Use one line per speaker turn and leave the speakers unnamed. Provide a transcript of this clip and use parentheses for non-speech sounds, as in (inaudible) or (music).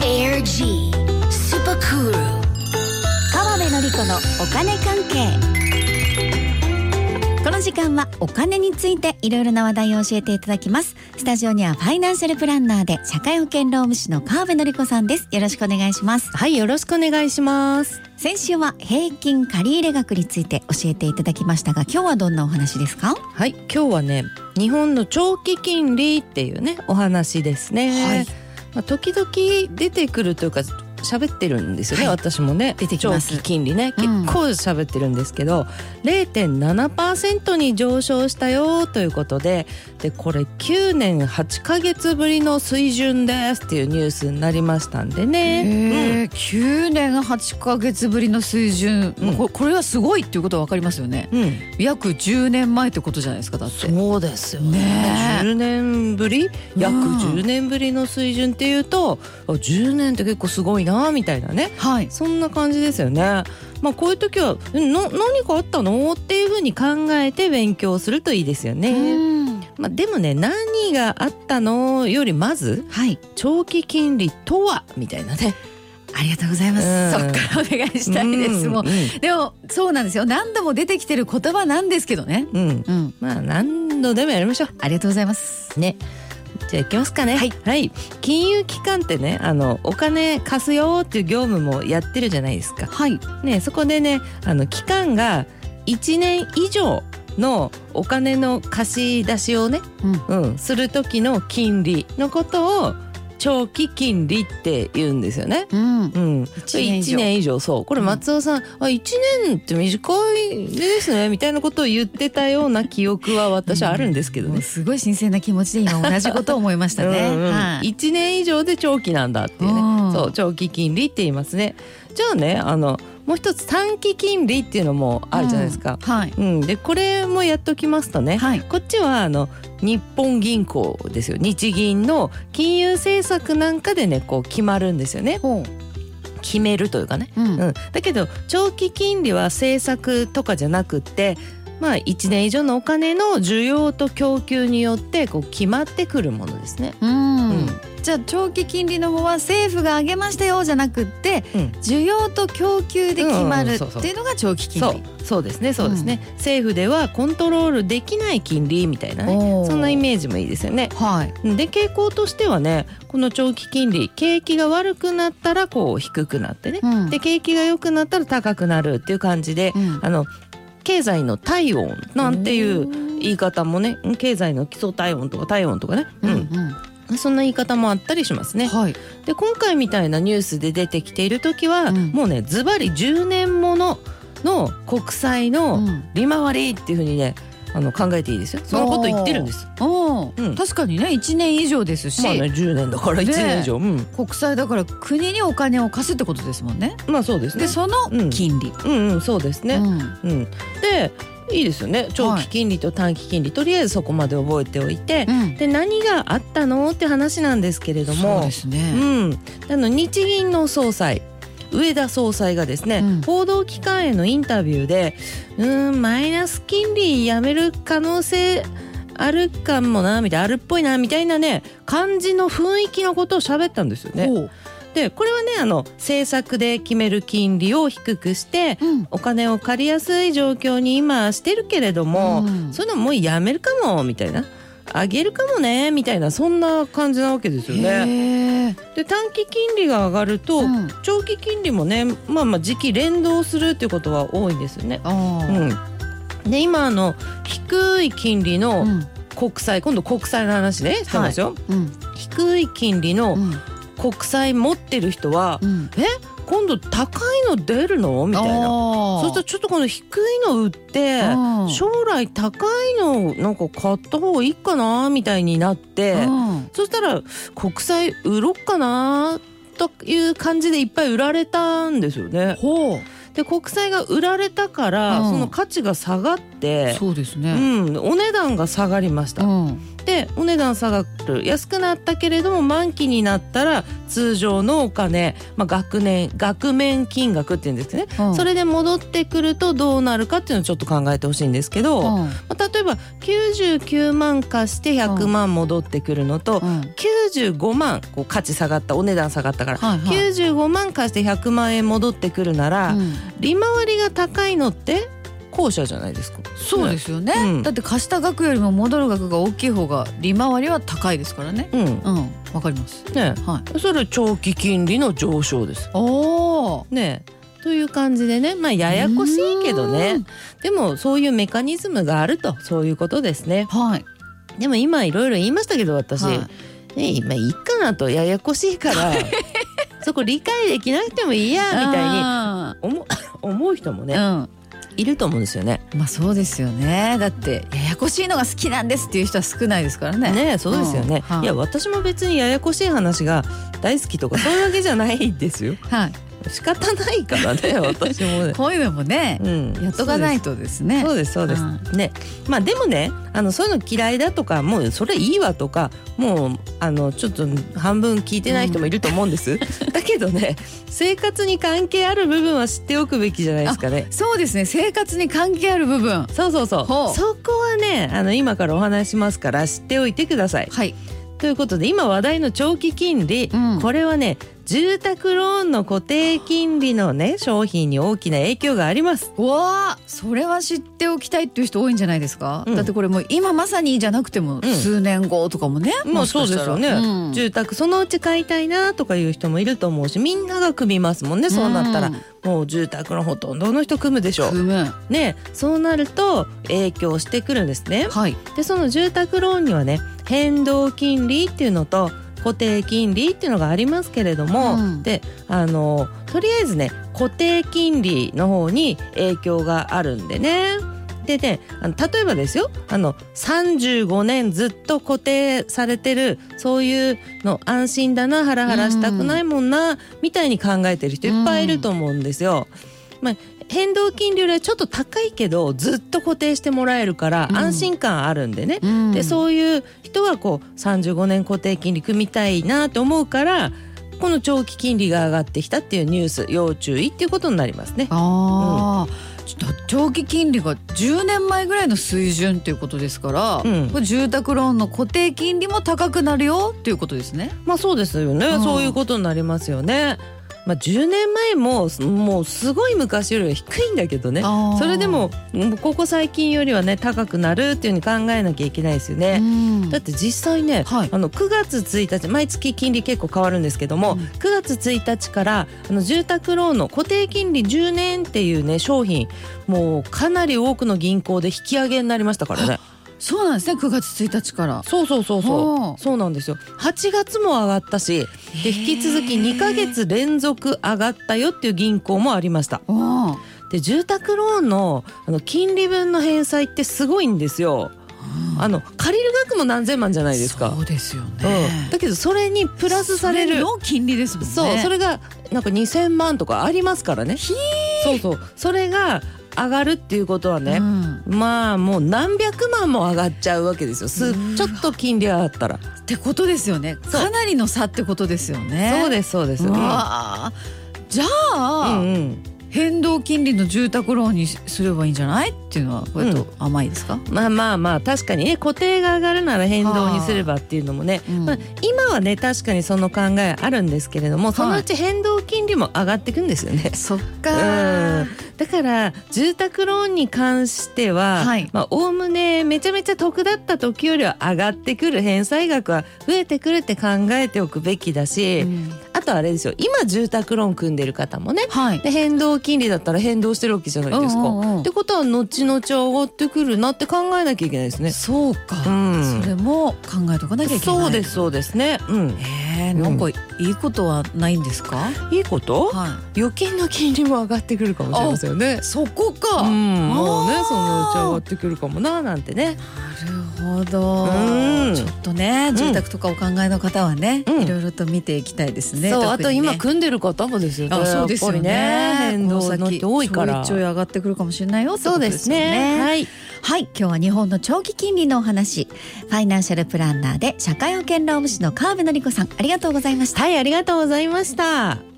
G スーパークール川辺典子のお金関係この時間はお金についていろいろな話題を教えていただきますスタジオにはファイナンシャルプランナーで社会保険労務士の川辺典子さんですよろしくお願いします
はい、よろしくお願いします。
先週は平均借入額について教えていただきましたが今日はどんなお話ですか
はい、今日はね、日本の長期金利っていうね、お話ですね。
はい
まあ、時々出てくるというか、喋ってるんですよね、
はい
私もね。
出てきます
長期金利ね、
う
結
ん
構喋ってるんですけど、0.7%に上昇したよということで、で、これ9年8ヶ月ぶりの水準ですっていうニュースになりましたんでね。
えー、9年8ヶ月ぶりの水準、
うん
ここれはすごいっていうことは分かりますよね
うん。うん
約10年前ってことじゃないですかだって
そうですよ
ねえ
10年ぶり約
うん
10年ぶりの水準っていうと、あ10年って結構すごいなみたいなね
はい
そんな感じですよね。まあこういう時はんな何かあったのっていうふうに考えて勉強するといいですよね。まあ、でもね何があったのよりまず
はい
長期金利とはみたいなね。
ありがとうございます、
うん
そっからお願いしたいです、
うん
もう
う
でもそうなんですよ何度も出てきてる言葉なんですけどね
んうん、
うん
まあ何度でもやりましょう。
ありがとうございます
ね。じゃあ行きますかね。はい。金融機関ってね、あの、お金貸すよっていう業務もやってるじゃないですか。
はい
ね、そこでね、あの、期間が1年以上のお金の貸し出しをね、うん、する時の金利のことを長期金利って言うんですよね。
うん、うん、
うん、
一年以上
一年以上そうこれ
うん
松尾さん、あ1年って短いですねみたいなことを言ってたような記憶は私はあるんですけど
も
ね
うすごい新鮮な気持ちで今同じことを思いましたね
うんうん
はい
1年以上で長期なんだっていうね、
うん
そう長期金利って言いますねじゃあねあのもう一つ短期金利っていうのもあるじゃないですか、
はい
うんでこれもやっときますとね、
はい
こっちはあの日本銀行ですよ日銀の金融政策なんかでねこう決まるんですよね
ほ
決めるというかね、
う、うん
うん、だけど長期金利は政策とかじゃなくってまあ1年以上のお金の需要と供給によってこう決まってくるものですね。
うん
うん
じゃあ長期金利の方は政府が上げましたよじゃなくって、
うん
需要と供給で決ま
うんう
る
ん
っ
そうそう
ていうのが長期金利。
そうそうですねそうですね、政府ではコントロールできない金利みたいなね
おー
そんなイメージもいいですよね
はい、
で傾向としてはねこの長期金利景気が悪くなったらこう低くなってね、
うん
で景気が良くなったら高くなるっていう感じで、
うん
あの経済の体温なんていう言
い、
い方もねうん経済の基礎体温とか体温とかね、
う
うん
うんん
そんな言い方もあったりしますね。
はい、
で今回みたいなニュースで出てきている時は、
うん
もうねズバリ10年ものの国債の
ん、
利回りっていうふうにねあの考えていいですよそのこと言ってるんです
おー
うん
確かにね1年以上ですし、
まあね10年だから1年以上、うん
国債だから国にお金を貸すってことですもんね。
まあそうですね
でその金利、
うんうんそうですね、
うん
うんでいいですよね長期金利と短期金利、とりあえずそこまで覚えておいて、
うん
で何があったのって話なんですけれど
そう
も
ですね。
うん、あの日銀の総裁上田総裁がですね、
うん
報道機関へのインタビューでうーんマイナス金利やめる可能性あるかもなみたいなあるっぽいなみたいなね感じの雰囲気のことを喋ったんですよね。
ほう
でこれはねあの政策で決める金利を低くして
うん
お金を借りやすい状況に今してるけれども、
うん
そういうのもうやめるかもみたいな上げるかもねみたいなそんな感じなわけですよね。
へー
で短期金利が上がると、
うん
長期金利もねまあまあ時期連動するっていうことは多いんですよね。
あー
うん、で今あの低い金利
う
の
ん
国債、今度国債の話ねしてますよ、
うん
低い金利
う
の
ん
国債持ってる人は、
うん
今度高いの出るのみたいな。
あー
そうするとちょっとこの低いの売って
うん
将来高いのなんか買った方がいいかなみたいになって。
うん
そしたら国債売ろっかなという感じでいっぱい売られたんですよね。
ほう
で国債が売られたから、
うん
その価値が下がって
そうです
う、
ね。
ん、お値段が下がりました。
ん、
でてお値段下がる安くなったけれども満期になったら通常のお金、まあ、学年額面金額っていうんですけどね、
うん
それで戻ってくるとどうなるかっていうのをちょっと考えてほしいんですけど、
う
ま
ん
あ、例えば99万貸して100万戻ってくるのと、
うん
95万こう価値下がったお値段下がったから、
はいはい
95万貸して100万円戻ってくるなら、
うん
利回りが高いのって後者じゃないですか。
そうですよね、
うん
だって貸した額よりも戻る額が大きい方が利回りは高いですからね
うん、
うんわかります
ね
は
それは長期金利の上昇です。
おー
ねという感じでねまあややこしいけど
う
ね
ん
でもそういうメカニズムがあるとそういうことですね。
はい
でも今いろいろ言いましたけど私、
はい
ね、今いいかなとややこしいから
(laughs)
そこ理解できなくてもいいやみたいに
あ
思う (laughs) 思う人も
ー
ね
うん
いると思うんですよね。
まあそうですよねだってややこしいのが好きなんですっていう人は少ないですからね
ねそうですよね。
うんはい
いや私も別にややこしい話が大好きとかそういうわけじゃないですよ。
はい
仕方ないからね
(laughs)
私もね。
こういうのもね、
ん
やっとかないとですね
そうですそうです。
は
ね、まあでもね、あのそういうの嫌いだとか、もうそれいいわとか、もうあのちょっと半分聞いてない人もいると思う
(laughs)
んです。だけどね、生活に関係ある部分は知っておくべきじゃないですかね。
そうですね生活に関係ある部分
そうそうそう。
ほう
そこはね、あの今からお話しますから知っておいてください。
はい
ということで今話題の長期金利、
うん
これはね、住宅ローンの固定金利のね商品に大きな影響があります。
うわあそれは知っておきたいっていう人多いんじゃないですか、
うん
だってこれもう今まさにじゃなくても
うん
数年後とかもね、
まあ
もし
そ
か
うで
し
す
たら
よね、
うん
住宅そのうち買いたいなとかいう人もいると思うしみんなが組みますもんねそうなったら、
ん
もう住宅のほとんどの人組むでしょう
組む
ねそうなると影響してくるんですね
はい
でその住宅ローンにはね変動金利っていうのと固定金利っていうのがありますけれども、
うん
であのとりあえずね固定金利の方に影響があるんでね。でね、あの例えばですよあの35年ずっと固定されてるそういうの安心だなハラハラしたくないもんな、みたいに考えてる人いっぱいいると思うんですよ。まあ、変動金利よりはちょっと高いけどずっと固定してもらえるから
うん
安心感あるんでね、で
う
そういう人はこう35年固定金利組みたいなと思うからこの長期金利が上がってきたっていうニュース要注意っていうことになりますね。
ああ、ちょっと長期金利が10年前ぐらいの水準っていうことですから、
うん
これ住宅ローンの固定金利も高くなるよっていうことですね
まあそうですよね、
うん
そういうことになりますよね。まあ、10年前ももうすごい昔よりは低いんだけどね
あー
それでももうここ最近よりはね高くなるっていうふうに考えなきゃいけないですよね。
うん
だって実際ね、
はい
あの9月1日毎月金利結構変わるんですけども、
うん
9月1日からあの住宅ローンの固定金利10年っていうね商品もうかなり多くの銀行で引き上げになりましたからね
そうなんですね9月1日から
そうそうそう
ほ
そううそうなんですよ8月も上がったしで
へー
引き続き2ヶ月連続上がったよっていう銀行もありました
あ
で住宅ローンのあの金利分の返済ってすごいんですよあの借りる額も何千万じゃないですか
そうですよ
う
ね
ん、だけどそれにプラスされる
その金利ですもんね
そうそれがなんか2,000万とかありますからね
ひ
そうそうそれが上がるっていうことは
う
ね、
ん
まあもう何百万も上がっちゃうわけですよす
うん
ちょっと金利上がったら、
ってことですよね
そう
かなりの差ってことですよね
そう
で
ですそうです
わあじゃあ、
うんうん
変動金利の住宅ローンにすればいいんじゃないっていうのはこれと甘いですか、
まあまあまあ確かにね固定が上がるなら変動にすればっていうのもね、
うん
まあ、今はね確かにその考えあるんですけれどもそのうち変動金利も上がっていくんですよね、
そっ
う
か
んだから住宅ローンに関しては
はい
まあおおむねめちゃめちゃ得だった時よりは上がってくる返済額は増えてくるって考えておくべきだし、
うん
あとあれですよ今住宅ローン組んでる方もね
はい
で変動金利だったら変動してるわけじゃないですか。
うんうんうん
ってことは後々上がってくるなって考えなきゃいけないですね。
そうか、
うん
それも考えとかなきゃいけない
そうですそうですね。うん。
えー、なんかいいことはないんですか、
いいこと？
は
預金の金利も上がってくるかもしれませんよ
い。
ね
そこか、
うん、もうね
あー
そのうち上がってくるかもななんてね
なほど
うん
ちょっとね住宅とかお考えの方はね、
うん
いろいろと見ていきたいですね。
そう、あ
特
と
にね
今組んでる方もですよね
あそうですよ
やっ
ね
ぱり変動のって多い
こ
か
の
ら
先ちょいちょい上がってくるかもしれないよってこ
そう
とで
です
すよね
ねはい
はい今日は日本の長期金利のお話ファイナンシャルプランナーで社会保険労務士の川辺典子さんありがとうございました
はいありがとうございました